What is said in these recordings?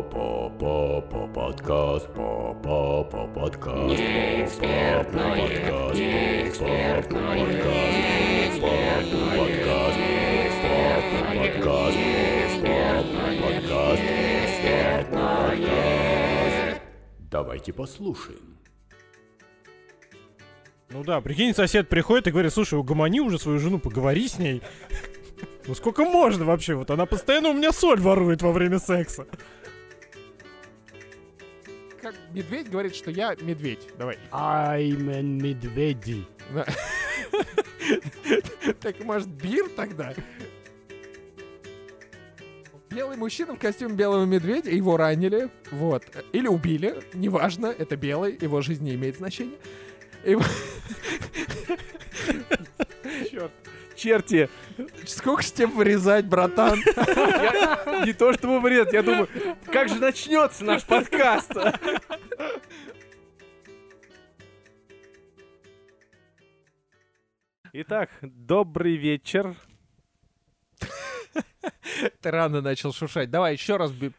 По-по-по-по подкаст, по-по-по подкаст, Неэкспертное, по-по-подкаст, неэкспертное, по-по-подкаст, по-по-подкаст, по-по-подкаст, по-по-подкаст, подкаст. Давайте послушаем. Ну да, прикинь, сосед приходит и говорит, слушай, угомони уже свою жену, поговори с ней. Ну сколько можно вообще? Вот она постоянно у меня соль ворует во время секса. Как медведь говорит, что я медведь. А Давай. I'm a медведи. Так может бир тогда? Белый мужчина в костюме белого медведя, его ранили, вот. Или убили, неважно, это белый, его жизнь не имеет значения. И вот черти. сколько с тем вырезать, братан? Я- не то чтобы вред, я думаю, как же начнется наш подкаст? Итак, добрый вечер. Ты рано начал шушать. Давай еще раз. би-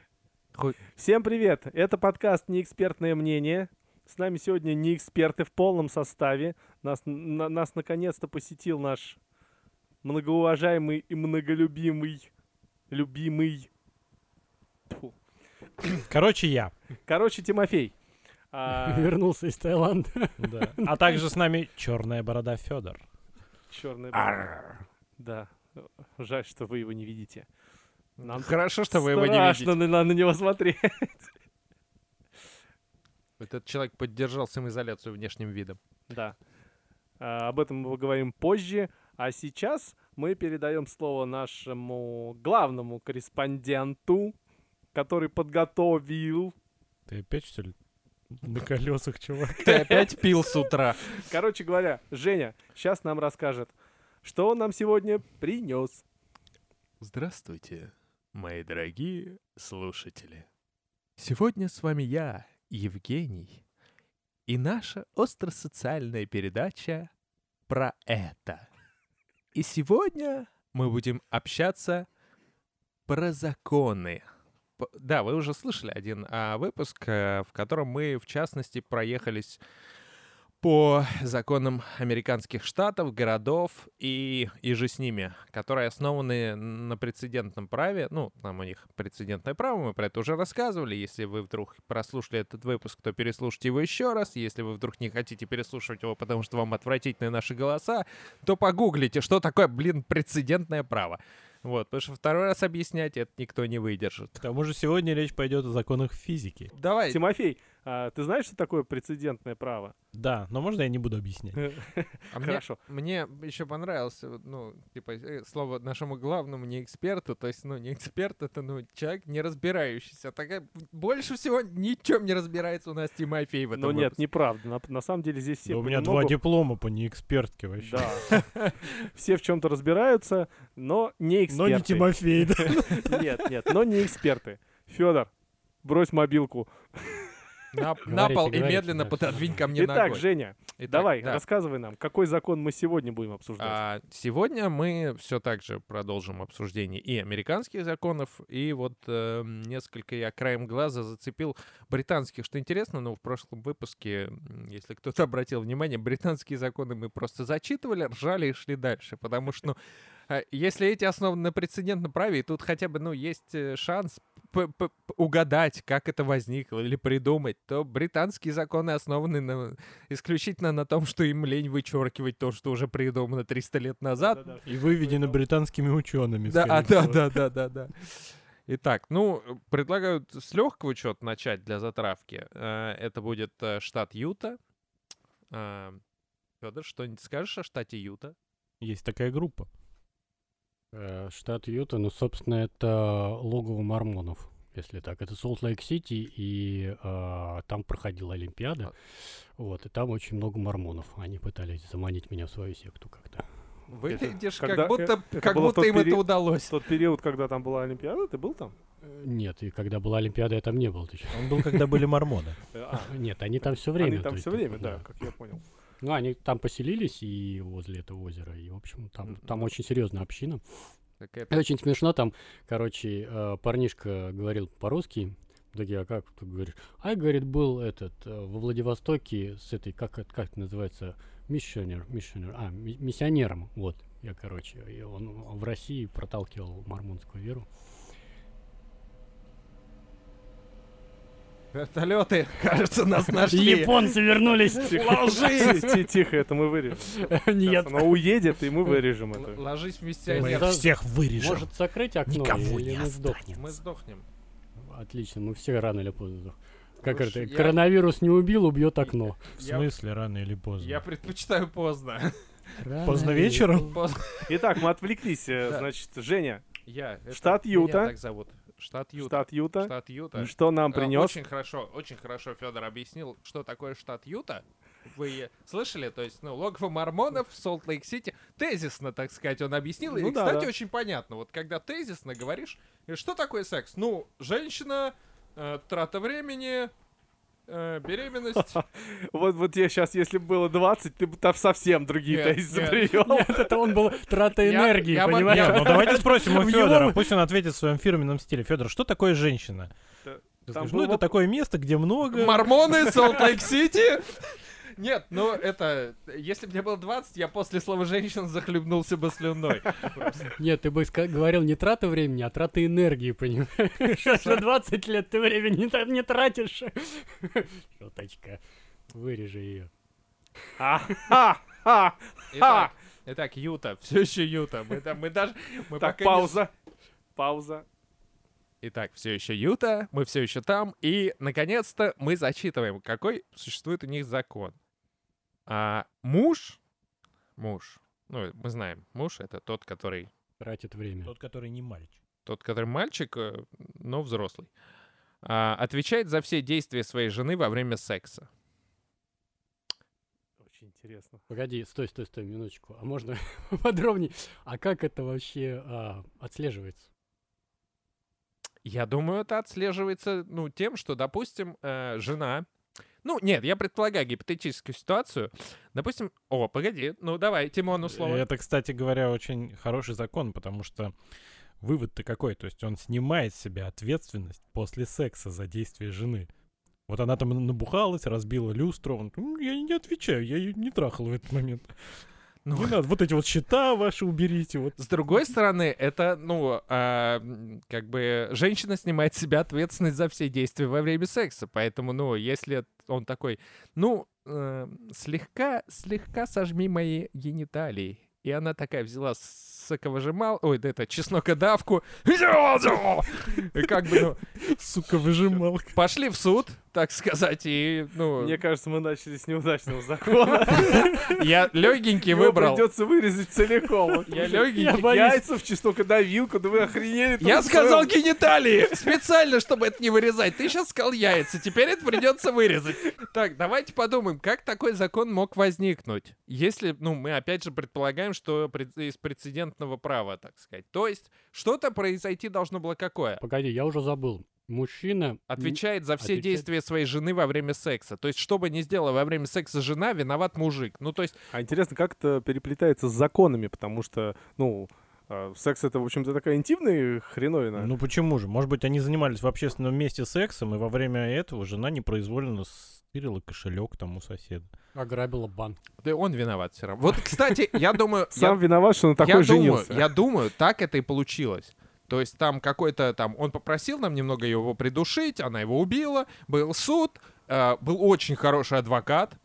Всем привет. Это подкаст «Неэкспертное мнение». С нами сегодня неэксперты в полном составе. Нас, на- нас наконец-то посетил наш многоуважаемый и многолюбимый, любимый Тьфу. Короче, я. Короче, Тимофей. А, Вернулся из Таиланда. А также с нами черная борода Федор. Черный баран. Да. Жаль, что вы его не видите. Нам Хорошо, что вы его страшно не видите. на, на- на него смотреть. Этот человек поддержал самоизоляцию внешним видом. Да. А, об этом мы поговорим позже. А сейчас мы передаем слово нашему главному корреспонденту, который подготовил. Ты опять, что ли, на колесах, чувак? Ты опять пил с утра. Короче говоря, Женя сейчас нам расскажет, что он нам сегодня принес. Здравствуйте, мои дорогие слушатели. Сегодня с вами я, Евгений, и наша остросоциальная передача про это. И сегодня мы будем общаться про законы. П- Да, вы уже слышали один а, выпуск, э, в котором мы, в частности, проехались по законам американских штатов, городов и, и же с ними, которые основаны на прецедентном праве. Ну, там у них прецедентное право, мы про это уже рассказывали. Если вы вдруг прослушали этот выпуск, то переслушайте его еще раз. Если вы вдруг не хотите переслушивать его, потому что вам отвратительны наши голоса, то погуглите, что такое, блин, прецедентное право. Вот, потому что второй раз объяснять это никто не К выдержит. тому же сегодня речь пойдет о законах физики. Давай. Тимофей, а, ты знаешь, что такое прецедентное право? Да, но можно я не буду объяснять? А мне- Хорошо. Мне еще понравилось, вот, ну, типа, э, слово нашему главному не эксперту, то есть, ну, не эксперт, это, ну, человек не разбирающийся. Такая, больше всего ничем не разбирается у нас Тимофей в этом Но Ну нет, выпуске. неправда. На, на самом деле здесь все Да у меня понемногу- два диплома по неэкспертке вообще. Да. Все в чем-то разбираются, но не Но не эксперты. Тимофей, да. Нет, нет, но не эксперты. Федор, брось мобилку. На, на Говорите, пол и говорите, медленно да, пододвинь ко мне Итак, ногой. Женя, Итак, давай, да. рассказывай нам, какой закон мы сегодня будем обсуждать. А, сегодня мы все так же продолжим обсуждение и американских законов, и вот э, несколько я краем глаза зацепил британских, что интересно, но в прошлом выпуске, м, если кто-то обратил внимание, британские законы мы просто зачитывали, ржали и шли дальше, потому что, ну, а, если эти основаны на прецедентном праве, и тут хотя бы, ну, есть э, шанс п- п- п- угадать, как это возникло, или придумать, то британские законы основаны на, исключительно на том, что им лень вычеркивать то, что уже придумано 300 лет назад. И выведены британскими учеными. Да, а, скорее да, всего. да, да, да, да. Итак, ну, э, предлагаю с легкого чего-то начать для затравки. Э, Это будет э, штат Юта. Федор, что-нибудь скажешь о штате Юта? Есть такая группа. Э, Штат Юта, ну, собственно, это логово мормонов, если так. Это Солт-Лейк-Сити, и а, там проходила Олимпиада. Вот, и там очень много мормонов. Они пытались заманить меня в свою секту как-то. Выглядишь, когда- как будто, это как было в будто тот им это период- удалось. В тот период, когда там была Олимпиада, ты был там? Э, Нет, и когда была Олимпиада, я там не был. ты чё. Он был, когда были мормоны. Э, а, Нет, они там все время. Они то там есть все там, время, да, как я понял. Ну, они там поселились и возле этого озера, и, в общем, там, там очень серьезная община. Такая И Очень смешно там, короче, э, парнишка говорил по-русски. Такие, а как ты говоришь? Ай, говорит, был этот э, во Владивостоке с этой, как, это- как это называется, миссионер, миссионер, а, ми- миссионером, вот. Я, короче, и он в России проталкивал мормонскую веру. Вертолеты, кажется, нас нашли. Японцы вернулись! Ти- Тихо, это мы вырежем. Нет. Сейчас Она уедет, и мы вырежем Л- это. Ложись в Мы миссионер. Мы- всех вырежем. Может закрыть окно, Никого или не мы сдохнем. Мы сдохнем. Отлично, мы все рано или поздно сдохнем. Как Слушай, это? я- Коронавирус не убил, убьет окно. В Я- смысле, рано или поздно? Я предпочитаю поздно. Поздно вечером? Поздно. Итак, мы отвлеклись. э, Да. Значит, Женя, Я. это- Штат меня Юта. так зовут. Штат Юта. штат Юта. Ну, Штат Юта. Что нам А, принес? Очень хорошо, очень хорошо Федор объяснил, что такое штат Юта. Вы э, слышали? То есть, ну, логово мормонов в Солт-Лейк-Сити. Тезисно, так сказать, он объяснил. Ну И, да, кстати, да. очень понятно. Вот когда тезисно говоришь, э, что такое секс? Ну, женщина, э, трата времени, э, беременность. Вот, вот я сейчас, если бы было 20, ты бы там совсем другие Нет, тезисы нет. привел. Нет, это он был трата Я- энергии, я бы- понимаешь? я- Нет, ну давайте спросим у В его Федора, мы- пусть он ответит в своем фирменном стиле. Федор, что такое женщина? Да, Ты там скажешь, был ну, это воп- такое место, где много... Мормоны, Солт-Лейк-Сити. Нет, ну это... Если бы мне было 20, я после слова «женщина» захлебнулся бы слюной. Просто. Нет, ты бы ска- говорил не трата времени, а трата энергии, понимаешь? Что 20 лет ты времени не та- не тратишь. Шуточка. Вырежи ее. Ха-ха! Итак, итак, Юта. Все еще Юта. Мы, да- мы даже... Мы Так, Ну, пока не пауза. Пауза. Итак, все еще Юта, мы все еще там, и наконец-то мы зачитываем, какой существует у них закон. А муж, муж, ну мы знаем, муж это тот, который, Тратит время. Тот, который не мальчик. тот, который мальчик, э, но взрослый, а, отвечает за все действия своей жены во время секса. Очень интересно. Погоди, стой, стой, стой, минуточку. А можно подробнее? А как это вообще а, отслеживается? Я думаю, это отслеживается, ну, тем, что, допустим, э, жена... Ну, нет, я предполагаю гипотетическую ситуацию. Допустим... О, погоди, ну давай, Тимону слово. Это, кстати говоря, очень хороший закон, потому что вывод-то какой? То есть он снимает с себя ответственность после секса за действия жены. Вот она там набухалась, разбила люстру. Он, «М, я не отвечаю, я ее не трахал в этот момент. Ну. Не надо, вот эти вот счета ваши уберите. Вот. С другой стороны, это, ну, а, м, как бы женщина снимает с себя ответственность за все действия во время секса. Поэтому, ну, если он такой, ну, э, слегка, слегка сожми мои гениталии. И она такая взяла соковыжимал, ой, да это чеснокодавку. И как бы, ну, Сука, выжимал. пошли в суд, так сказать, и, ну, Мне кажется, мы начали с неудачного закона. я легенький Его выбрал. придется вырезать целиком. Я легенький. Яйца в чеснокодавилку, да вы охренели. Я тут сказал целом. гениталии специально, чтобы это не вырезать. Ты сейчас сказал яйца, теперь это придется вырезать. Так, давайте подумаем, как такой закон мог возникнуть, если, ну, мы опять же предполагаем, что пред- из прецедентного права, так сказать. То есть что-то произойти должно было какое? Погоди, я уже забыл. Мужчина... м, Отвечает за все Отвечает. действия своей жены во время секса. То есть, что бы ни сделала во время секса жена, виноват мужик. Ну, то есть, А интересно, как это переплетается с законами, потому что, ну, э, секс это, в общем-то, такая интимная хреновина. Ну почему же? Может быть, они занимались в общественном месте сексом, и во время этого жена непроизвольно стырила кошелек тому соседу. Ограбила банк. да он виноват все равно. Вот, кстати, я думаю... я- Сам виноват, что на такой я женился. Думаю, я думаю, так это и получилось. То есть там какой-то там... Он попросил нам немного его придушить, она его убила, был суд, э, был очень хороший адвокат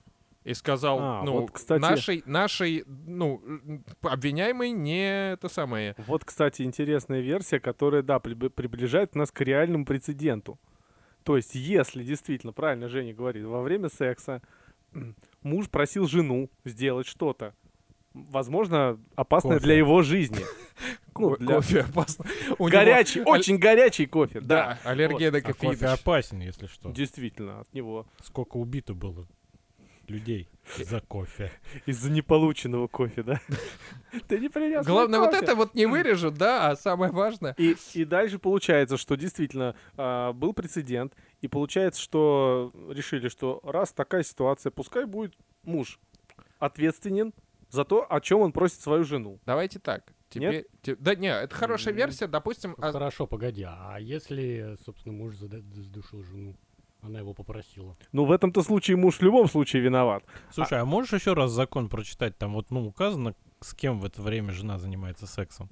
и сказал, А, ну, вот, кстати- нашей, нашей, ну, м, обвиняемой не это самое. Вот, кстати, интересная версия, которая, да, приб- приближает нас к реальному прецеденту. То есть, если действительно, правильно Женя говорит, во время секса м, муж просил жену сделать что-то, возможно, опасное Кофе. для его жизни. Ну, Ко- для- Кофе опасно. У него- Горячий, очень горячий кофе, да. Да, аллергия на А кофе кофеин. опасен, если что. Действительно, от него. Сколько убито было людей за кофе. Из-за неполученного кофе, да? Ты не принес Главное, вот кофе. это вот не вырежут, да, а самое важное... И, и дальше получается, что действительно а, был прецедент, и получается, что решили, что раз такая ситуация, пускай будет муж ответственен за то, о чем он просит свою жену. Давайте так. Теперь, Нет? те- да не, это хорошая версия, допустим, Ну, а- Хорошо, погоди. А если, собственно, муж зада- задушил жену? Она его попросила. Ну, в этом-то случае муж в любом случае виноват. Слушай, а можешь еще раз закон прочитать? Там вот, ну, указано, с кем в это время жена занимается сексом.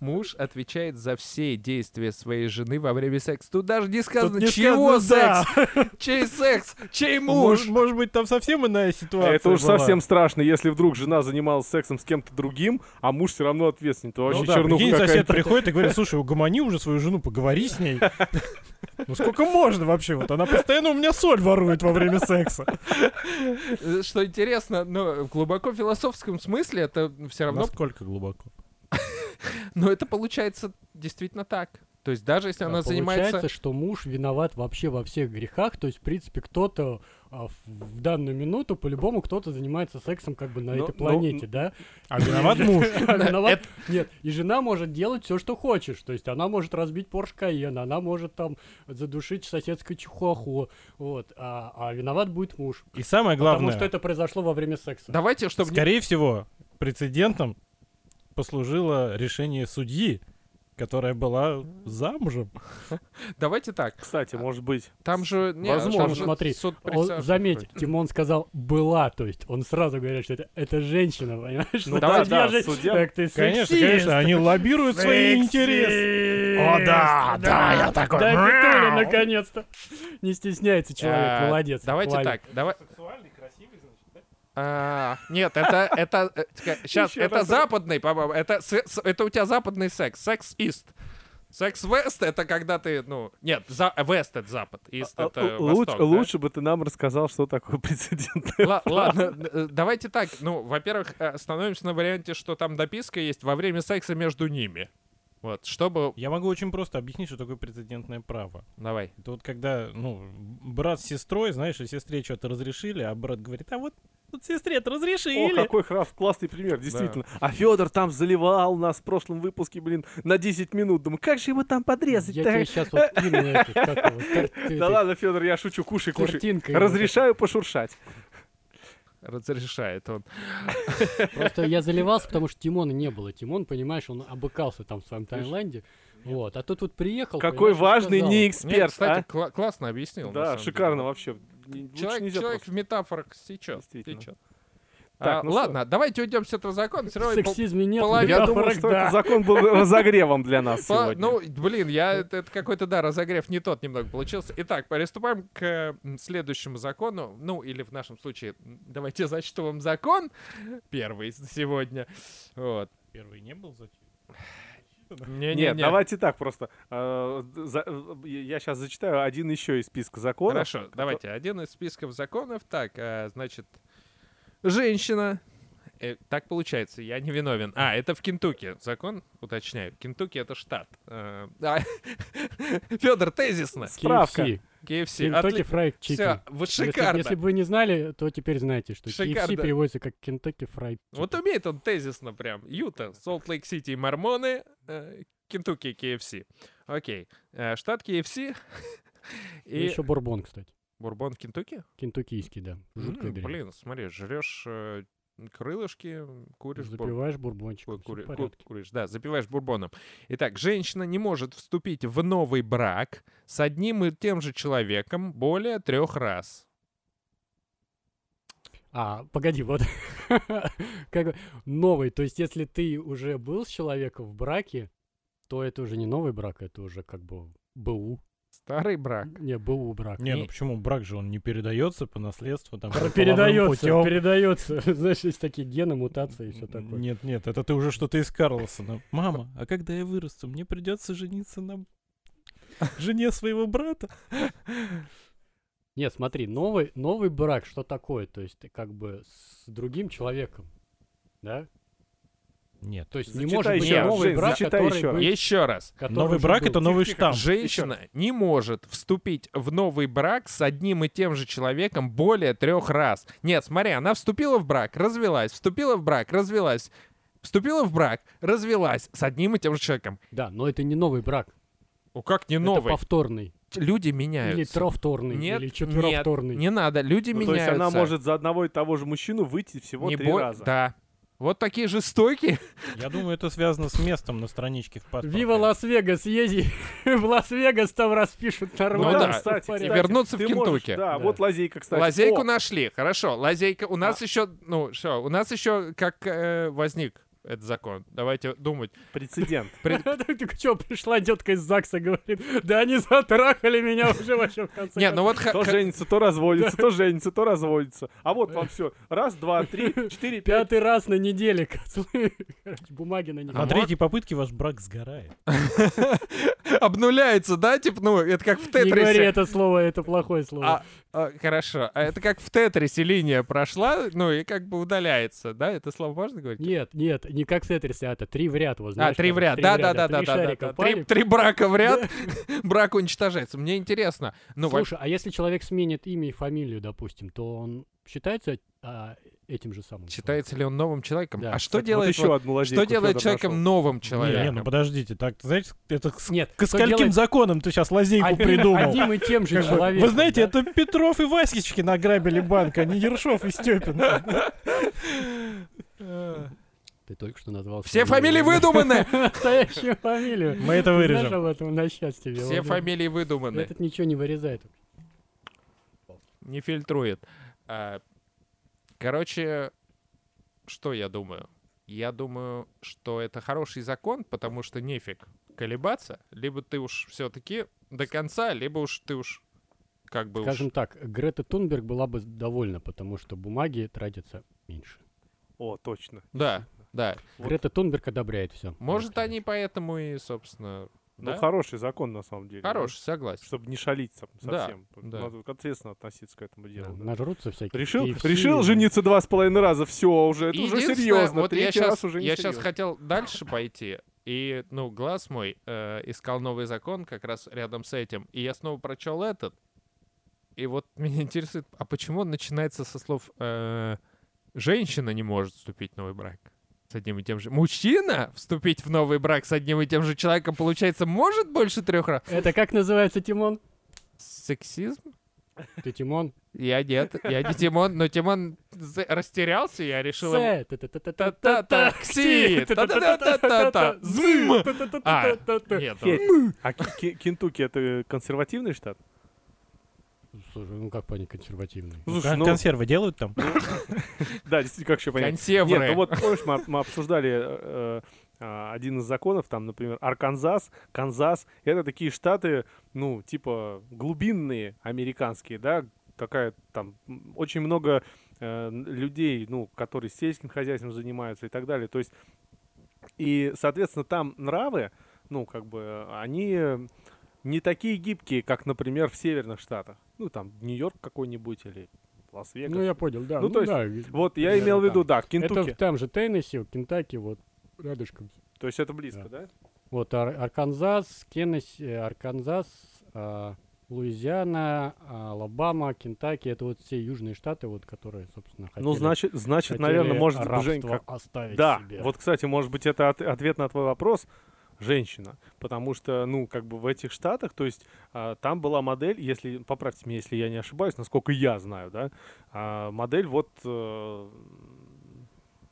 муж отвечает за все действия своей жены во время секса. Тут даже не сказано, не чего сказано, секс, чей секс, чей Мож- муж. может быть, там совсем иная А ситуация это уж была. совсем страшно, если вдруг жена занималась сексом с кем-то другим, а муж все равно ответственен. То Ну вообще да, чернуха прикинь, какая-то. сосед приходит и говорит, слушай, угомони уже свою жену, поговори с ней. Ну сколько можно вообще? Вот она постоянно у меня соль ворует во время секса. Э, Что интересно, но в глубоко философском смысле это все равно, Насколько глубоко? но это получается действительно так. То есть даже если она А занимается... Получается, что муж виноват вообще во всех грехах. То есть, в принципе, кто-то а, в- в данную минуту, по-любому, кто-то занимается сексом как бы на Ну, этой ну, планете, да? А виноват муж. А виноват- Нет, и жена может делать все, что хочешь. То есть она может разбить Порш Каен, она может там задушить соседскую чихуаху. Вот. А, а виноват будет муж. И самое Потому главное, что это произошло во время секса. Давайте, чтобы... не- скорее всего, прецедентом послужило решение судьи, которая была замужем. Давайте так. Кстати, может быть. Там же... не, Возможно. там же Смотри, суд Он, присяжных заметь, будет. Тимон сказал «была», то есть он сразу говорит, что это, это женщина, понимаешь? Ну Ну, да, судья да, же- судья- Так ты Конечно, сексист, конечно, они лоббируют свои сексист. интересы. О, да, да, я такой. Да, Петуля, наконец-то. Не стесняется человек, Э, молодец. Давайте хвалю. так, давай... А, Нет, это, это, сейчас, Ещё это раз. западный, по-моему, это, се- с- это у тебя западный секс, секс-ист. Секс-вест — это когда ты, ну, нет, за, вест — это запад, ист — А, это л- луч- восток. да? лучше бы ты нам рассказал, что такое прецедент. Ла- Ладно, э, давайте так, ну, во-первых, э, остановимся на варианте, что там дописка есть во время секса между ними. Вот, чтобы... Я могу очень просто объяснить, что такое прецедентное право. Давай. Это вот когда, ну, брат с сестрой, знаешь, и сестре что-то разрешили, а брат говорит, а вот, вот сестре-то О, разрешили. какой храф, классный пример, действительно. А Федор там заливал нас в прошлом выпуске, блин, на 10 минут. Думаю, как же его там подрезать? Я тебе сейчас вот кину эту, как его, кар- ты- Да ладно, Федор, я шучу, ты- кушай, кушай. картинкой. Разрешаю пошуршать. Разрешает он. Просто я заливался, потому что Тимона не было. Тимон, понимаешь, он обыкался там в своем Таиланде. Вот, а тут вот приехал. Какой понимаешь, и важный сказал. не Не, эксперт, кстати, а? кла- классно объяснил. на Да, самом деле. шикарно вообще. Не- лучше Человек, нельзя человек просто. в метафорах сейчас. Действительно. Так, Так, ну ладно, давайте уйдем с этого закона. Все равно пол- Сексизме нет. половина- Я метафорок, думаю, что да. этот закон был разогревом для нас По- сегодня. Ну, блин, я это, это какой-то, да, разогрев не тот немного получился. Итак, приступаем к э, м, следующему закону. Ну, или в нашем случае, м, давайте я зачту вам закон. Первый с- сегодня. Вот. Первый не был зачем? Не, Нет, давайте так просто. Э, за- э, Я сейчас зачитаю один еще из списка законов. Хорошо, давайте. Один из списков законов. Так, а, значит, женщина. Э, так получается, я не виновен. А, это в Кентукки. Закон, уточняю. Кентукки это штат. А, Федор, тезисно. Справка. KFC. KFC. Kentucky Fried Chicken. Все, вот Если- шикарно. Если, бы вы не знали, то теперь знаете, что KFC Шикарно. переводится как Kentucky Fried Вот умеет он тезисно прям. Юта, Солт-Лейк-Сити и Мормоны, э, Кентукки и KFC. Окей. Э, штат KFC И и... еще бурбон, кстати. Бурбон Кентукки? Кентуккийский, да. Жуткая М, дрянь. Блин, смотри, жрешь э, крылышки, куришь бурбон. Запиваешь бурбончиком, Ой, всё кури- в ку- порядке. куришь, да, запиваешь бурбоном. Итак, женщина не может вступить в новый брак с одним и тем же человеком более трех раз. А, погоди, вот как бы новый. То есть, если ты уже был с человеком в браке, то это уже не новый брак, это уже как бы БУ. Старый брак. Не, БУ брак. Не, Не- ну почему брак же он не передается по наследству? Там по половым Передается, путём. передается. Знаешь, есть такие гены, мутации и все такое. Нет, нет, это ты уже что-то из Карлсона. Мама, а когда я вырасту, мне придется жениться на жене своего брата? Нет, смотри, новый, новый брак, что такое? То есть ты как бы с другим человеком, да? Нет. То есть не Зачитай может быть ещё раз, новый Жень, брак, зачитай который ещё раз. был- Еще раз. который Новый уже брак был. это новый штамп. Женщина не может вступить в новый брак с одним и тем же человеком более трех раз. Нет, смотри, она вступила в брак, развелась, вступила в брак, развелась, вступила в брак, развелась с одним и тем же человеком. Да, но это не новый брак. Ну как не Это новый? повторный. Люди Или меняются. трофторный, нет, или нет, четверовторный. не надо. Люди Ну, то меняются. есть она может за одного и того же мужчину выйти всего Не три бо- раза. Да. Вот такие жестокие. Я думаю, это связано с местом на страничке в паспорте. Вива Лас-Вегас, езди в Лас-Вегас, там распишут нормально. Ну да, всё в кстати, порядке. И вернуться в Ты можешь- Кентукки. да, Да. вот лазейка, кстати. Лазейку О, нашли, хорошо. Лазейка у нас еще, ну что, у нас еще как э, возник этот закон. Давайте думать. Прецедент. Так что, пришла детка из ЗАГСа, говорит, да они затрахали меня уже вообще в конце. Не, ну вот ха- То ха- женится, то разводится, то женится, то разводится. А вот вам все. Раз, два, три, ну, четыре, пять. Пятый раз на неделе, козлы. Короче, бумаги на них. На третьей попытке ваш брак сгорает. обнуляется, обнуляется, да, типа, ну это как в Не говори Тетрисе. это слово, это плохое слово. А, а, хорошо, а это как в Тетрисе линия прошла, ну и как бы удаляется, да? Это слово можно говорить? Нет, нет, не как в Тетрисе, а это три в ряд. Вот, А, знаешь, три как в ряд, три да, да, ряда, да, да, три да, шарика да, пали. три, три брака в ряд, брак уничтожается. Мне интересно, ну во- Слушай, а если человек сменит имя и фамилию, допустим, то он считается а, этим же самым? считается ли он новым человеком? Да, А что Кстати, вот делает, еще вот- одну лазейку что делает Фёдор человеком нашел. новым Не, не, ну человеком? подождите, так, знаете, это с- Нет, к что скольким делает законам ты сейчас лазейку Одним- придумал? Одним и тем же Как бы, человеком. Вы знаете, да? это Петров и Васечкин ограбили банк, а не Ершов и Степин. Ты только что назвал... Все свою фамилии выдуманы! Настоящую фамилию. Мы это Ты знаешь а вырежем. об этом на счастье. Все Володя? фамилии выдуманы. Этот ничего не вырезает. не фильтрует. А, короче, что я думаю? Я думаю, что это хороший закон, потому что нефиг колебаться. Либо ты уж все-таки до конца, либо уж ты уж как бы уж- Скажем так, Грета Тунберг была бы довольна, потому что бумаги тратятся меньше. О, точно. Да, да. Вот. Грета Тунберг одобряет все. Может, они поэтому и, собственно, Ну, да? хороший закон, на самом деле. хороший, согласен. Чтобы не шалить сам- Да, совсем. да. Надо ответственно относиться к этому делу. да. нажрутся всякие. Решил, KFC. решил жениться два с половиной раза, все уже, это уже Единственное, серьезно, вот я третий сейчас, раз уже не я сейчас серьезно. хотел дальше пойти, и, ну, глаз мой э, искал новый закон как раз рядом с этим, и я снова прочел этот, и вот меня интересует, а почему он начинается со слов э, «женщина не может вступить в новый брак»? С одним и тем же. Мужчина вступить в новый брак с одним и тем же человеком, получается, может больше трех раз? Это как называется, Тимон? Сексизм? Ты Тимон? Я нет, я не Тимон, но Тимон за- растерялся, я решил... ему- Сэ, та-та-та-та-та, Та-та-такси! Та-та-та-та-та-та! Зым! А, нет, он- Федь, а Ки- Ки- Кентукки это консервативный штат? А. Слушай, ну как понять консервативный? Ну, слушай, Кон- ну, Консервы делают там? да, действительно, как еще понять? консервы. Нет, ну вот, помнишь, мы, мы обсуждали э, э, один из законов, там, например, Арканзас, Канзас, это такие штаты, ну, типа, глубинные американские, да, такая там м, очень много э, н- людей, ну, которые сельским хозяйством занимаются и так далее, то есть, и, соответственно, там нравы, ну, как бы, они э, не такие гибкие, как, например, в северных штатах, ну, там, Нью-Йорк какой-нибудь или Лас-Вегас. Ну я понял, да. Ну, то есть, да, Вот я примерно имел в виду, там. да, Кентукки. Это в- там же Теннесси, в Кентаки, вот рядышком. То есть это близко, да? Вот Ар- Арканзас, Кеннесси, э, Арканзас, а, Луизиана, а, Алабама, Кентаки, это вот все южные штаты, вот которые, собственно, хотели. Ну, значит, значит, А хотели наверное, может быть, рабство Женька. оставить Да, себе. вот, кстати, может быть, это от- ответ на твой вопрос. Женщина. Потому что, ну, как бы в этих штатах, то есть а, там была модель, если, поправьте меня, если я не ошибаюсь, насколько я знаю, да, а, модель вот, э,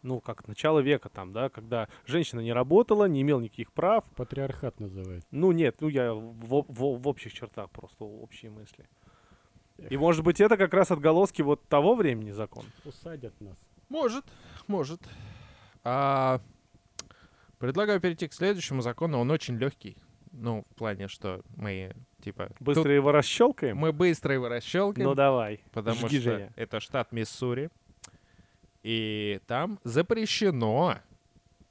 ну, как начало века там, да, когда женщина не работала, не имела никаких прав, патриархат называют. Ну нет, ну я в, в- в общих чертах просто общие мысли. И может быть это как раз отголоски вот того времени закон. Усадят нас. Может, может. А, предлагаю перейти к следующему закону. Он очень легкий. Ну, в плане, что мы, типа... тут Быстро его расщелкаем. Мы быстро его расщелкаем, Ну давай. потому жги, что Женя. это штат Миссури. И там запрещено,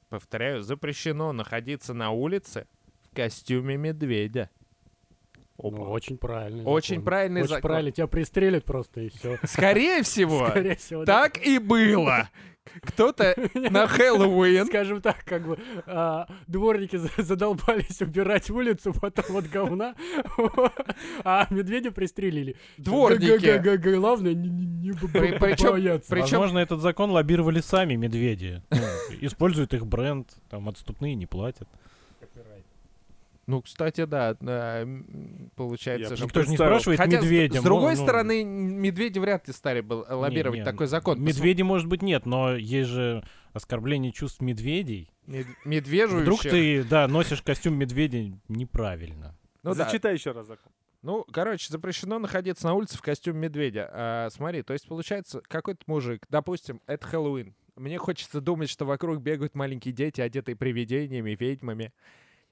повторяю, запрещено находиться на улице в костюме медведя. Ну, очень правильно. Очень правильный Очень закон. правильно, тебя пристрелят просто и все. Скорее всего, Скорее всего. да. так и было. Кто-то на Хэллоуин Скажем так, как бы а, дворники за- задолбались убирать улицу, потом от говна, а медведя пристрелили. дворники Г- г- г- Главное, не- не не б- При- б- причём- бояться. Причём- Возможно, этот закон лоббировали сами медведи. Ну, Используют их бренд, там отступные не платят. Ну, кстати, да, э, м, получается, Я что... прям Никто же не представил. спрашивает Хотя, с- медведя. с другой ну, ну, стороны, н- медведи вряд ли стали бы лоббировать не, ну, такой закон. Медведи, может быть, нет, но есть же оскорбление чувств медведей. Мед- Медвежующих. Вдруг ты, да, носишь костюм медведя неправильно. Ну да. Зачитай еще раз закон. Ну, короче, запрещено находиться на улице в костюме медведя. А, смотри, то есть получается, какой-то мужик, допустим, это Хэллоуин. Мне хочется думать, что вокруг бегают маленькие дети, одетые привидениями, ведьмами.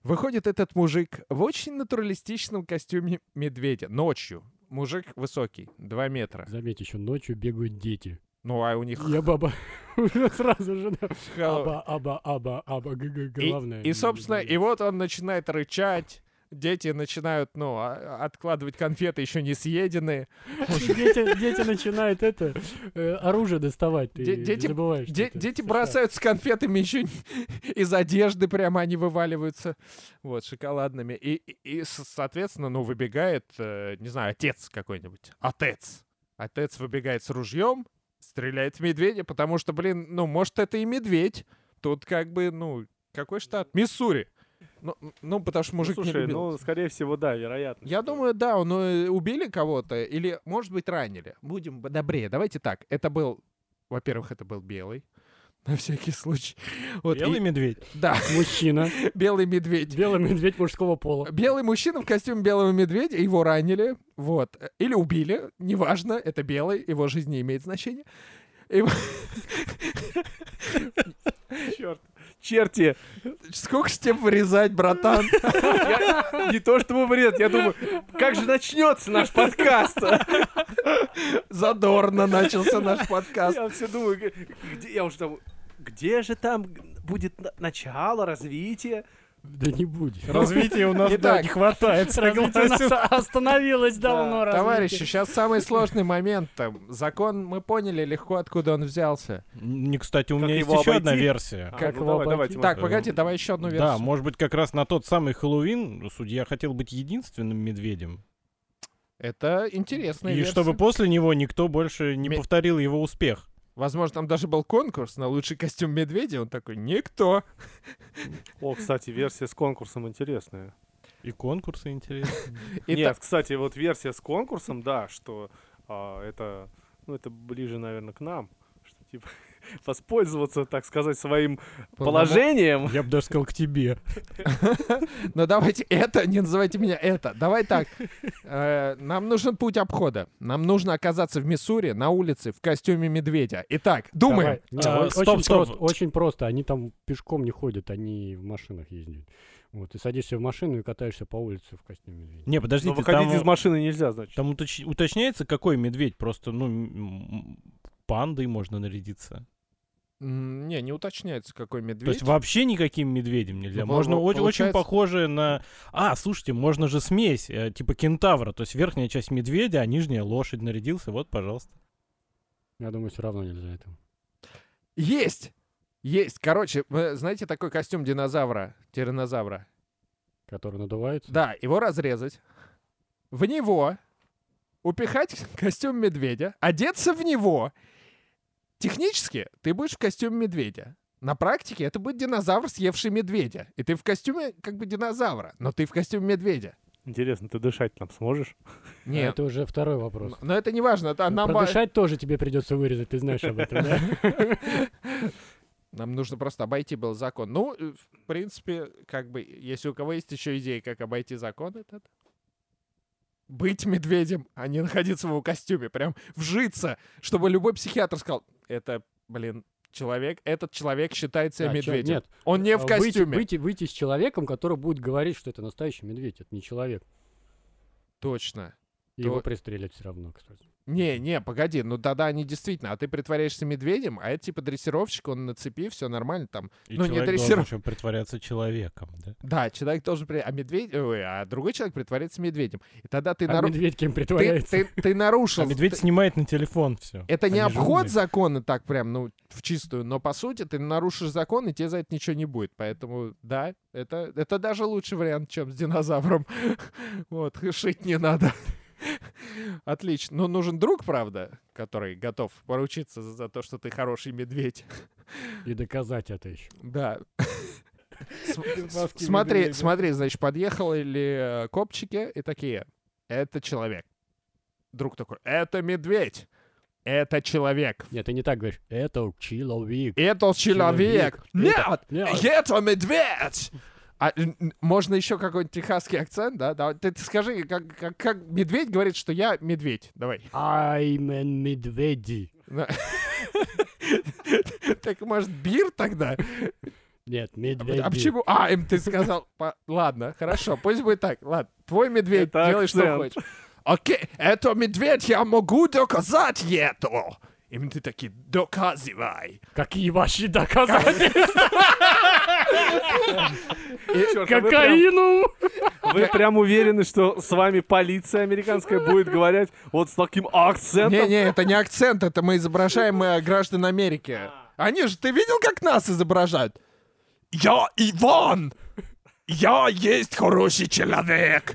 Выходит этот мужик в очень натуралистичном костюме медведя. Ночью. Мужик высокий, 2 метра. Заметь, еще ночью бегают дети. Ну, а у них Я баба. Уже сразу же. да. Хэллоуин. Аба, аба, аба, аба, г- г- Э, И- главное. И, а не- собственно, не- и вот он начинает рычать. Дети начинают, ну, а- откладывать конфеты, еще не съеденные. Дети, дети начинают это э, оружие доставать. Ты Де- дети- забываешь. Де- дети бросаются с конфетами еще не- из одежды, прямо они вываливаются, вот, шоколадными. И, и- и, со- соответственно, ну, выбегает, э, не знаю, отец какой-нибудь. Отец. Отец выбегает с ружьем, стреляет в медведя, потому что, блин, ну, может, это и медведь. Тут как бы, ну, какой штат? Миссури. Ну, м, ну, потому что мужик ну, не слушай, любил. ну, скорее всего, да, вероятно. Ну, Я что- думаю, да, он э, убили кого-то или, может быть, ранили. Будем б- добрее. Давайте так. Это был, во-первых, это был белый. На всякий случай. Вот, и- Белый медведь. да, Мужчина. белый медведь. Белый медведь мужского пола. Белый мужчина в костюме белого медведя, его ранили, вот. Э, Или убили, неважно, это белый, его жизнь не имеет значения. И вот Черт. Черти, сколько ж тебе вырезать, братан? не то чтобы вред, я думаю, как же начнется наш подкаст? Задорно начался нг подкаст. Я все думаю, г- где, я уже там, где же там будет на- начало развития? Да не будет. Развития у нас да, Итак. не хватает, Развитие согласен. нас остановилось давно. развитие. Товарищи, сейчас самый сложный момент. Там. Закон мы поняли легко, откуда он взялся. Не, кстати, у Как меня есть его еще обойти? одна версия. А, Как ну его давай, обойти? давайте, Так, Э, погоди, давай еще одну Да, версию. может быть, как раз на тот самый Хэллоуин судья хотел быть единственным медведем. Это интересная и версия. чтобы после него никто больше не Ме- повторил его успех. Возможно, там даже был конкурс на лучший костюм медведя. Он такой, никто. О, кстати, версия с конкурсом интересная. И конкурсы интересные. И Нет, так- кстати, вот версия с конкурсом, да, что а, это, ну, это ближе, наверное, к нам, что типа воспользоваться, так сказать, своим положением. Я бы даже сказал к тебе. Но «Ну, давайте это, не называйте меня это. Давай так. Э, Нам нужен путь обхода. Нам нужно оказаться в Миссури на улице в костюме медведя. Итак, думаем. Давай. Не, А, о- стоп, очень стоп. просто, очень просто. Они там пешком не ходят, они в машинах ездят. Вот, ты садишься в машину и катаешься по улице в костюме медведя. Не, Но Ну, подождите, выходить там, из машины нельзя, значит. там уточ- уточняется, какой медведь. Просто, ну, м, пандой можно нарядиться. М, Не, не уточняется, какой То есть медведь. вообще никаким медведем нельзя. Ну, можно по- оч- очень получается- похожее на... А, слушайте, можно же смесь, э, типа кентавра. То есть верхняя часть медведя, а нижняя лошадь нарядился. Вот, пожалуйста. Я думаю, все равно нельзя это. Есть! Есть. Короче, э, знаете такой костюм динозавра, тиранозавра? Который надувается. Да, его разрезать, в него упихать костюм медведя, одеться в него. Технически ты будешь в костюме медведя. На практике это будет динозавр, съевший медведя. И ты в костюме как бы динозавра, но ты в костюме медведя. Интересно, ты дышать там сможешь? А Нет. Это уже второй вопрос. Но это не важно, это Ну, нам, а- ва- Продышать тоже тебе придется вырезать, ты знаешь об этом, да? нам нужно просто обойти был закон. Ну, э, в принципе, как бы, если у кого есть еще идеи, как обойти закон этот, быть медведем, а не находиться в его костюме, прям вжиться, чтобы любой психиатр сказал, это, блин, человек, этот человек считает себя А, чё- медведем. Нет. Он не а, в выйти- костюме. Выйти выйти с человеком, который будет говорить, что это настоящий медведь, это не человек. Точно. И То- Его пристрелят все равно, кстати. Не, не, погоди, ну да-да, они действительно, а ты притворяешься медведем, а это типа дрессировщик, он на цепи, все нормально там. И Ну, человек не должен дрессиров- еще притворяться человеком, да? Да, человек должен при... а медведь, ой, а другой человек притворяется медведем. И тогда ты, А нару- медведь кем ты, притворяется? ты, ты нарушил. А медведь ты- снимает на телефон все. Это не Они же обход умные. закона так прям, ну, в чистую, но по сути ты нарушишь закон, и тебе за это ничего не будет. Поэтому, да, это, это даже лучший вариант, чем с динозавром. Вот, и шить не надо. Отлично. Но нужен друг, правда, который готов поручиться за- за то, что ты хороший медведь. И доказать это еще. Да. С- с- Смотри, смотри, значит, подъехали э, копчики и такие. Это человек. Друг такой, это медведь. это человек. Нет, ты не так говоришь. Это человек. Это человек. Человек. Нет, Нет. это медведь. А, н- н- можно еще какой-нибудь техасский акцент, да? Давай, ты, ты скажи, как, как, как медведь говорит, что я медведь. Давай. I'm a медведи. Да. Так может бир тогда? Нет, А медведи. почему? А, им ты сказал. По- Ладно, хорошо, пусть будет так. Ладно, твой медведь, Это делай что акцент. хочешь. Окей, это медведь, я могу доказать это. Им ты такие, доказывай. Какие ваши доказательства? Чёрт, а вы прям- Кокаину! Вы прям уверены, что с вами полиция американская будет говорить вот с таким акцентом? Не-не, это не акцент, это мы изображаем э, граждан Америки. А. Они же, ты видел, как нас изображают? Я Иван! Я есть хороший человек!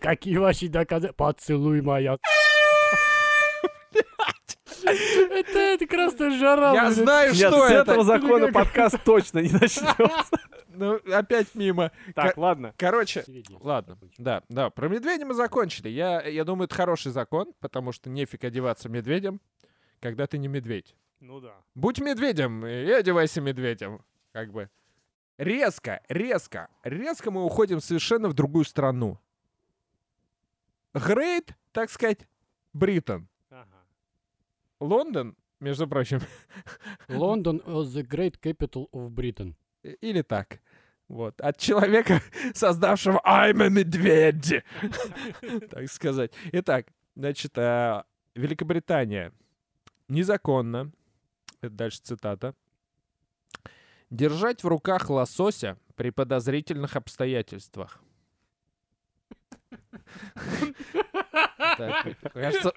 Какие ваши доказательства? Поцелуй моя. Это, это красная жара. Я блин. знаю, Нет, что с этого это! закона подкаст точно не начнется. Ну, опять мимо. Так, ладно. Короче, Средний. ладно, да, да, про медведя мы закончили. Я, я думаю, это хороший закон, потому что нефиг одеваться медведем, когда ты не медведь. Ну да. Будь медведем и одевайся медведем, как бы. Резко, резко, резко мы уходим совершенно в другую страну. Грейт, так сказать, Британ. Лондон, между прочим, Лондон was the great capital of Britain. и- Э, или так. Вот, от человека, создавшего I'm a медведь, так сказать. Итак, значит, а, Великобритания незаконно, это дальше цитата, держать в руках лосося при подозрительных обстоятельствах. Так, Кажется,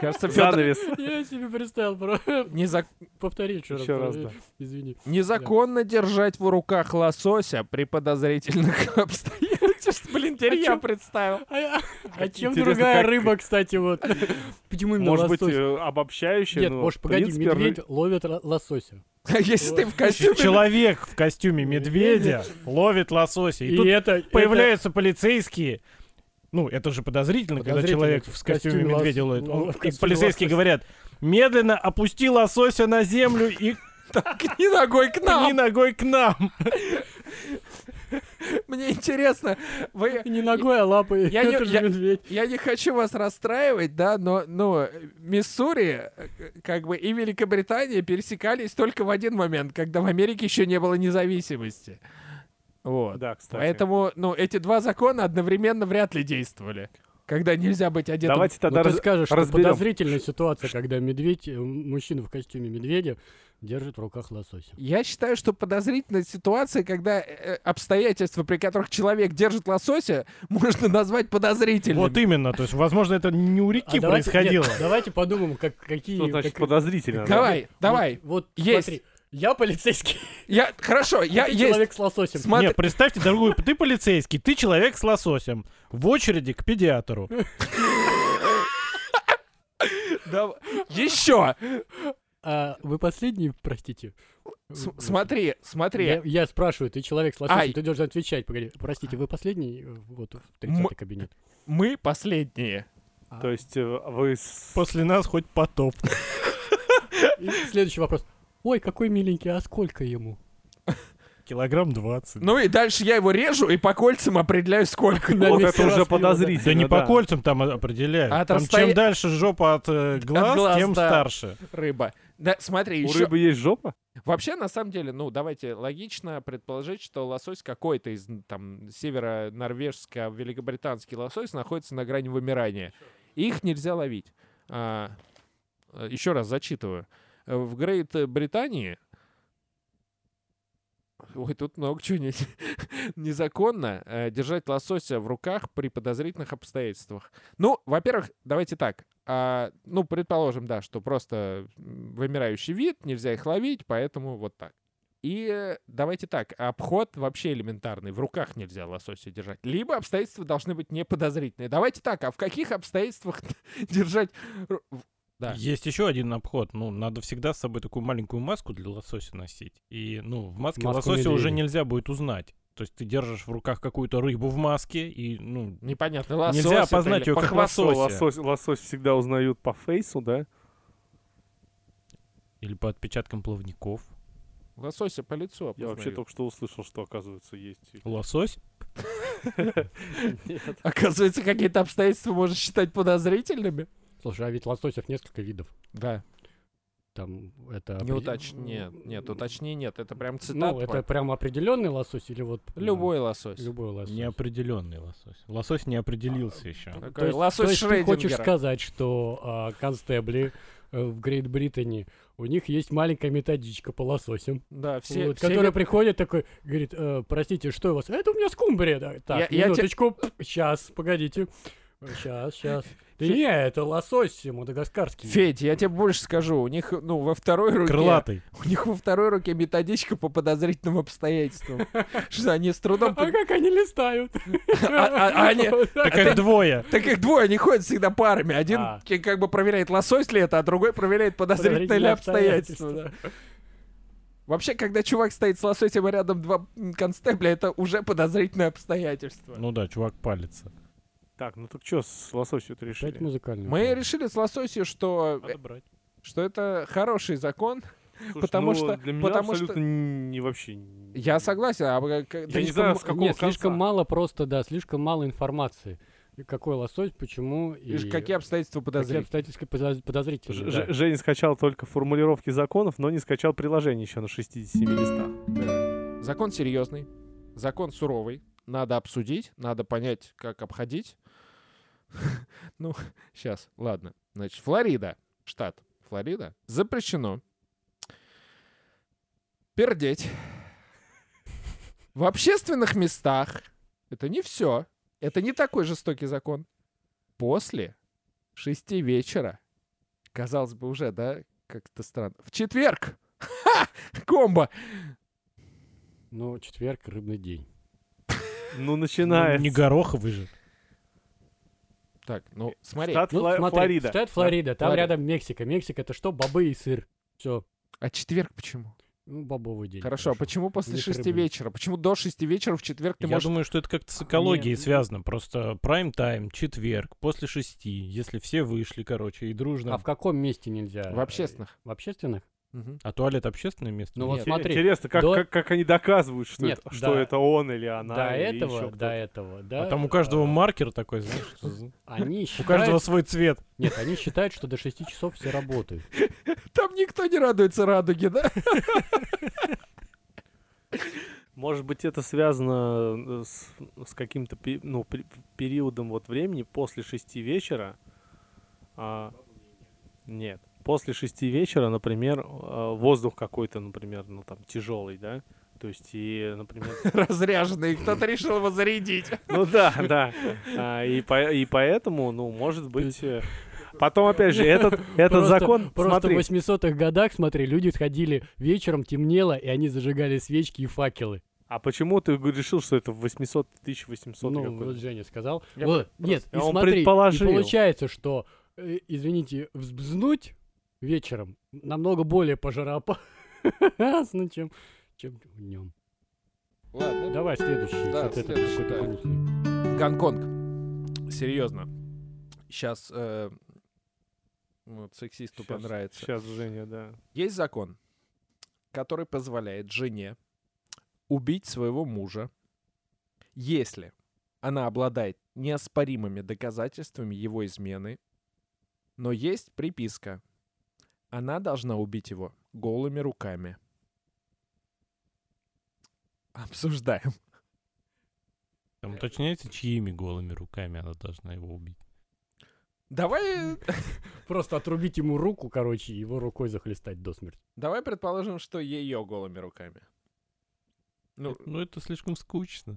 кажется, Фёдор- Занавес. Я себе представил, про... незак- повтори еще раз. Ещё раз, э, да. Извини. Незаконно держать в руках лосося при подозрительных обстоятельствах. Блин, теперь А я чё? представил. А, я- а чем Интересно, другая как- рыба, кстати, вот? Почему именно Может быть, лосось? э, обобщающее? Нет, ну, может, в погоди, принципе, ры- медведь ловит ро- лосося. А Если ты в костюме... Человек в костюме медведя ловит лося. И, тут это это- появляются полицейские. Ну, это же подозрительно, когда Подозрительно, человек в в костюме, костюме лос- медведя ловит. ло- Он- в и костюме полицейские лосося. говорят, медленно опусти лосося на землю и Кни ногой к пни нам! ногой к нам. Мне интересно, вы... Не ногой, а лапой. Я не- это же я- медведь. Я не хочу вас расстраивать, да, но, ну, Миссури, э, как бы, и Великобритания пересекались только в один момент, когда в Америке еще не было независимости. Вот. Да, кстати. Поэтому, ну, эти два закона одновременно вряд ли действовали, когда нельзя быть одетым. Давайте Ну, тогда ты раз- скажешь, что разберем. подозрительная ситуация, когда медведь, э, мужчина в костюме медведя держит в руках лосося. Я считаю, что подозрительная ситуация, когда э, обстоятельства, при которых человек держит лосося, можно назвать подозрительными. Вот именно. То есть, возможно, это не у реки А давайте- происходило. нет, давайте подумаем, как, какие... Что значит как- подозрительно? да? Давай, давай. Вот, вот Есть. смотри, я полицейский, Я хорошо, я ты есть. человек с лососем. Сма- смотри- Нет, представьте, дорогой, ты полицейский, ты человек с лососем. В очереди к педиатру. Дав- Еще. А, вы последний, простите? С- Вы- вы- Смотри, смотри. Я, я спрашиваю, ты человек с лососем, Ай. ты должен отвечать. Погоди, простите, вы последний? э, Вот, в 30 М- кабинет. Мы последние. То есть э, вы... с- После нас хоть потоп. И следующий вопрос. Ой, какой миленький, а сколько ему? Килограмм двадцать. Ну и дальше я его режу и по кольцам определяю, сколько. Да, Вот весь это уже раз пил, да. подозрительно. Да не по кольцам там о- определяют. От Там расстоя- чем дальше жопа от э, глаз, глаз, тем да. старше. Рыба. Да, смотри, У еще. рыбы есть жопа? Вообще, на самом деле, ну, давайте логично предположить, что лосось какой-то из м, там северо-норвежско-великобританский лосось находится на грани вымирания. Их нельзя ловить. еще раз зачитываю. Э, В Грейт Британии Ой, тут много чего не... незаконно э, держать лосося в руках при подозрительных обстоятельствах. Ну, во-первых, давайте так. А, ну, предположим, да, что просто м, вымирающий вид, нельзя их ловить, поэтому вот так. И э, давайте так, обход вообще элементарный, в руках нельзя лосося держать. Либо обстоятельства должны быть неподозрительные. Давайте так, а в каких обстоятельствах держать... ру- в- Да. Есть еще один обход. Ну, надо всегда с собой такую маленькую маску для лосося носить. И, ну, в маске Маску лосося уже медведя. нельзя будет узнать. То есть ты держишь в руках какую-то рыбу в маске, и, ну, Непонятно, лосось Нельзя опознать её как Лосось, лосось всегда узнают по фейсу, да? Или по отпечаткам плавников? Лосося по лицу Я вообще опознаю. только что услышал, что, оказывается, есть... и- Лосось? Нет. Оказывается, какие-то обстоятельства можно считать подозрительными. Слушай, а ведь лососев несколько видов. Да. Там это... Не опре- уточни. Нет, нет, уточни, нет. Это прям цитата. Ну, это прям определенный лосось или вот... ну, Любой лосось. Любой лосось. Неопределенный лосось. Лосось не определился еще. То Такой есть- лосось то есть ты хочешь Шрёдингера. сказать, что а, констебли э, в Грейт-Британии, у них есть маленькая методичка по лососям, Да, все, вот, все которая вид- приходит такой, говорит, «Э, простите, что у вас? Это у меня скумбрия. Да, Я- Так, я те- минуточку, сейчас, погодите. Сейчас, сейчас. Да не, это лосось мадагаскарский. Федь, я тебе больше скажу. У них, ну, во второй руке... Крылатый. У них во второй руке методичка по подозрительным обстоятельствам. Что они с трудом... А под- как они листают? а- а они- Так их двое. Так их двое, они ходят всегда парами. Один А. ки- как бы проверяет, лосось ли это, а другой проверяет, подозрительные ли Подозрительные обстоятельства. да. Вообще, когда чувак стоит с лососем, а рядом два м, констебля, это уже подозрительное обстоятельство. Ну да, чувак палится. Так, ну так что с лососью-то Опять решили? музыкальный. Мы решили с лососью, что, А Надо брать. что это хороший закон. Слушай, потому ну, что- Для меня потому абсолютно что- не вообще... не- Я согласен. а вы как- Я не знаю, с какого Нет, слишком конца. мало просто, да, слишком мало информации. И Какой лосось, почему и... Видишь, Какие обстоятельства Какие подозрительные? обстоятельства подоз- подозрительные, Ж- да. Ж- Женя скачал только формулировки законов, но не скачал приложение еще на 67 листах. Закон серьезный, закон суровый. Надо обсудить, надо понять, как обходить. Ну, сейчас, ладно. Значит, Флорида, штат Флорида, запрещено пердеть в общественных местах. Это не все. Это не такой жестокий закон. После шести вечера, казалось бы, уже, да, как-то странно. В четверг! Ха! Комбо! Ну, четверг, рыбный день. Ну, Ну, начинается. Не гороховый же. Так, ну, смотри. Штат Ну, Фла- смотри, Флорида. Штат Флорида, там Флорида. рядом Мексика. Мексика это что? Бобы и сыр. Все. А четверг почему? Ну, бобовый день. хорошо, а почему после Или шести рыбный. вечера? Почему до шести вечера в четверг ты Я можешь... думаю, что это как-то с экологией А, Нет. связано. Просто прайм-тайм, четверг, после шести, если все вышли, короче, и дружно. А в каком месте нельзя? В общественных. В общественных? Мгм. А туалет общественное место? Ну вот Нет. Интере- смотри. Интересно, как, до- как, как они доказывают, что, Нет, это, что да. это он или она. До или этого, еще до кто-то. этого, да. А там у каждого а, маркер такой, знаешь, что за- Они у каждого считают... свой цвет. Нет, они считают, что до 6 часов все работают. Там никто не радуется радуге, да? Может быть, это связано э, с, с каким-то пе- ну, пе- периодом вот времени после шести вечера. а, нет. После шести вечера, например, э, воздух какой-то, например, ну там тяжелый, да? То есть, и, например, Разряженный, кто-то решил его зарядить. Ну да, да. А, и, по- и поэтому, ну, может быть... э, Потом, опять же, этот, этот Просто- закон... Просто Смотри, в 800-х годах, смотри, люди сходили вечером, темнело, и они зажигали свечки и факелы. а почему ты г- решил, что это в 800, 1800 ну, какой-то? вот Женя сказал. Я Вот, нет, и А он смотри, и предположил. получается, что, э, извините, взбзнуть вечером намного более пожароопасно, чем, чем днем. Ладно. Давай следующий. Да, вот этот следующий, какой-то да. грустный. Гонконг. Серьезно. Сейчас вот сексисту понравится. Сейчас, Женя, да. Есть закон, который позволяет жене убить своего мужа, если она обладает неоспоримыми доказательствами его измены, но есть приписка. Она должна убить его голыми руками. Обсуждаем. Там уточняется, чьими голыми руками она должна его убить. Давай, Просто отрубить ему руку, короче, и его рукой захлестать до смерти. давай предположим, что ее голыми руками. Ну, Это- Ну, это слишком скучно.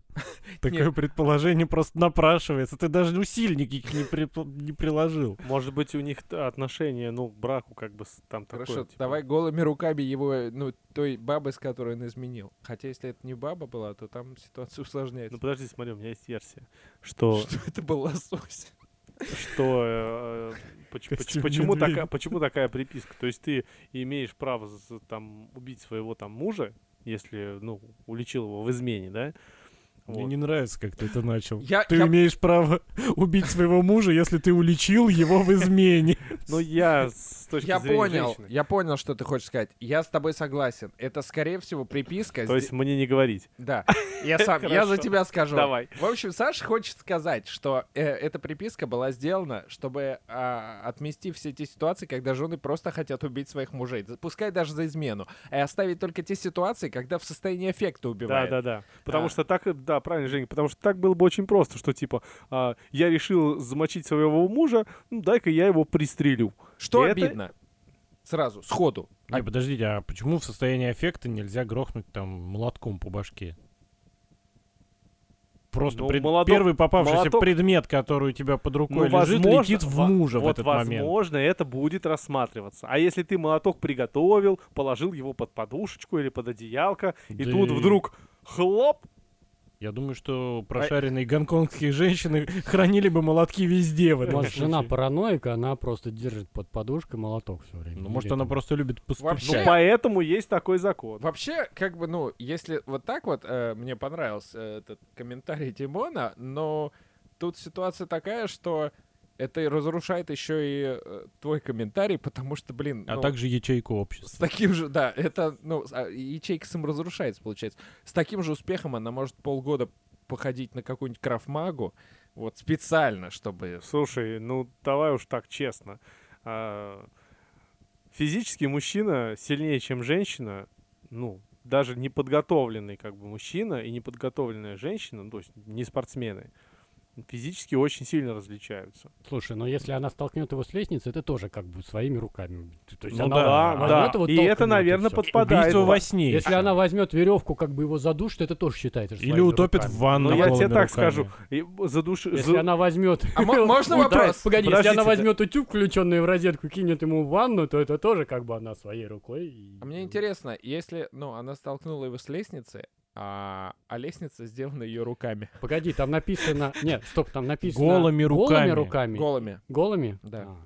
Такое предположение просто напрашивается. Ты даже усильник их не при- не приложил. Может быть, у них т- отношение, ну, к браку как бы с- там такое. Хорошо, типа, давай голыми руками его, ну, той бабы, с которой он изменил. Хотя, если это не баба была, то там ситуация усложняется. Ну, подожди, смотри, у меня есть версия, что, Что это был лосось? что э, поч- поч- Костюм почему, медведя. такая, почему такая приписка? То есть ты имеешь право з- там убить своего там мужа, если, ну, уличил его в измене, да? Мне Вот. Ну, не нравится, как ты это начал. Я- ты я- имеешь право убить своего мужа, если ты уличил его в измене. Ну, я с точки Я зрения понял, женщины. я понял, что ты хочешь сказать. Я с тобой согласен. Это, скорее всего, приписка. То сде- есть мне не говорить. Да, я сам, я за Хорошо. тебя скажу. Давай. В общем, Саша хочет сказать, что э, эта приписка была сделана, чтобы а, отмести все те ситуации, когда жены просто хотят убить своих мужей, за- пускай даже за измену, и оставить только те ситуации, когда в состоянии эффекта Да, убивают. да, да. Потому Да. что так, э, да, правильно, Женя, потому что так было бы очень просто, что типа а, я решил замочить своего мужа, ну дай-ка я его пристрелю. Что Это- обидно? Сразу, сходу. Не, подождите, а почему в состоянии аффекта нельзя грохнуть там молотком по башке? Просто Ну, пред- молоток- первый попавшийся молоток- предмет, который у тебя под Ну, рукой лежит, возможно, летит в во- мужа в вот этот момент. возможно, это будет рассматриваться. А если ты молоток приготовил, положил его под подушечку или под одеялко, и Да тут и- вдруг хлоп, Я думаю, А что прошаренные гонконгские женщины хранили бы молотки везде в У этом вас жена случае. Ну, параноик, она просто держит под подушкой молоток все время. Ну, Или может, она там- просто любит постучать. ну Вообще- Э. поэтому есть такой закон. Вообще, как бы, ну, если вот так вот, э, мне понравился э, этот комментарий Тимона, но тут ситуация такая, что это и разрушает еще и э, твой комментарий, потому что, блин, А ну, также ячейку общества. с таким же, да, это, ну, с- а, ячейка сам разрушается, получается. С таким же успехом она может полгода походить на какую-нибудь крафмагу, вот специально, чтобы... Слушай, ну давай уж так честно. А, Физически мужчина сильнее, чем женщина, ну, даже неподготовленный как бы мужчина и неподготовленная женщина, ну, то есть не спортсмены, физически очень сильно различаются. Слушай, но если она столкнет его с лестницы, это тоже как бы своими руками. Т- То есть Ну она да, возьмет да. его, И толкнет, это, наверное, всё. подпадает. Убийство да, во это- сне. Если она возьмет веревку, как бы его задушит, это тоже считается. Или своими утопит руками. в ванну. Ну, я тебе голыми так руками. скажу. И задуши- Если за- она возьмет... А мо- можно вопрос? Погоди, если Подождите, она да. возьмет утюг, включенный в розетку, кинет ему в ванну, то это тоже как бы она своей рукой. и- А мне интересно, если, ну, она столкнула его с лестницы, а, а лестница сделана ее руками, Погоди, там написано... Нет, стоп, там написано... Голыми руками. Голыми руками. голыми. Голыми? Да. А,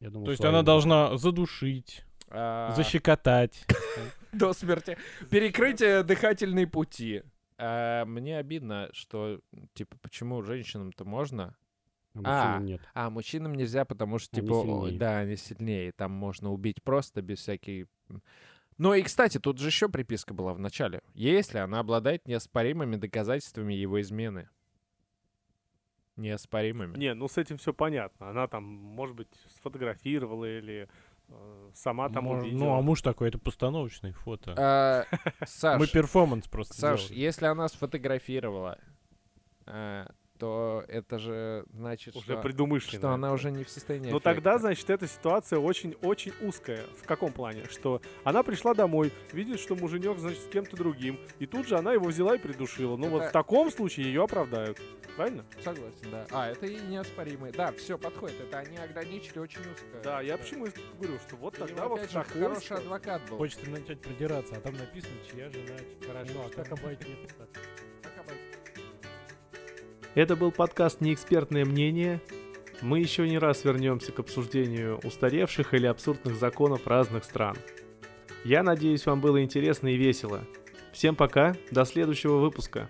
я думал, То есть своими. она должна задушить, А, защекотать. До смерти. Перекрытие дыхательной пути. А, мне обидно, что, типа, почему женщинам-то можно, А А. мужчинам нет. а мужчинам нельзя, потому что, Они типа, о, сильнее. да, они сильнее, там можно убить просто без всякой... Ну и, кстати, тут же еще приписка была в начале. Если она обладает неоспоримыми доказательствами его измены. Неоспоримыми. Не, ну с этим все понятно. Она там, может быть, сфотографировала или э, сама там Мож- увидела. Ну, а муж такой, это постановочное фото. А, Саш, Мы перформанс просто Саш, сделали. если она сфотографировала, а, то это же значит, уже что... предумышленно. Что она уже не в состоянии. Но Ну, тогда, значит, эта ситуация очень-очень узкая. В каком плане? Что она пришла домой, видит, что муженек, значит, с кем-то другим, и тут же она его взяла и придушила. Ну вот Это- в таком случае ее оправдают. Правильно? Согласен, да. А, это и неоспоримый. Да, все, подходит. Это они ограничили очень узко. Да, я почему и говорю, что вот Э, У него, тогда вот опять в же, такой хороший ситуации- адвокат был. Хочется начать придираться, а там написано, чья жена. Ну, а как обойти это так? Как обойти? Это был подкаст «Неэкспертное мнение». Мы еще не раз вернемся к обсуждению устаревших или абсурдных законов разных стран. Я надеюсь, вам было интересно и весело. Всем пока, до следующего выпуска.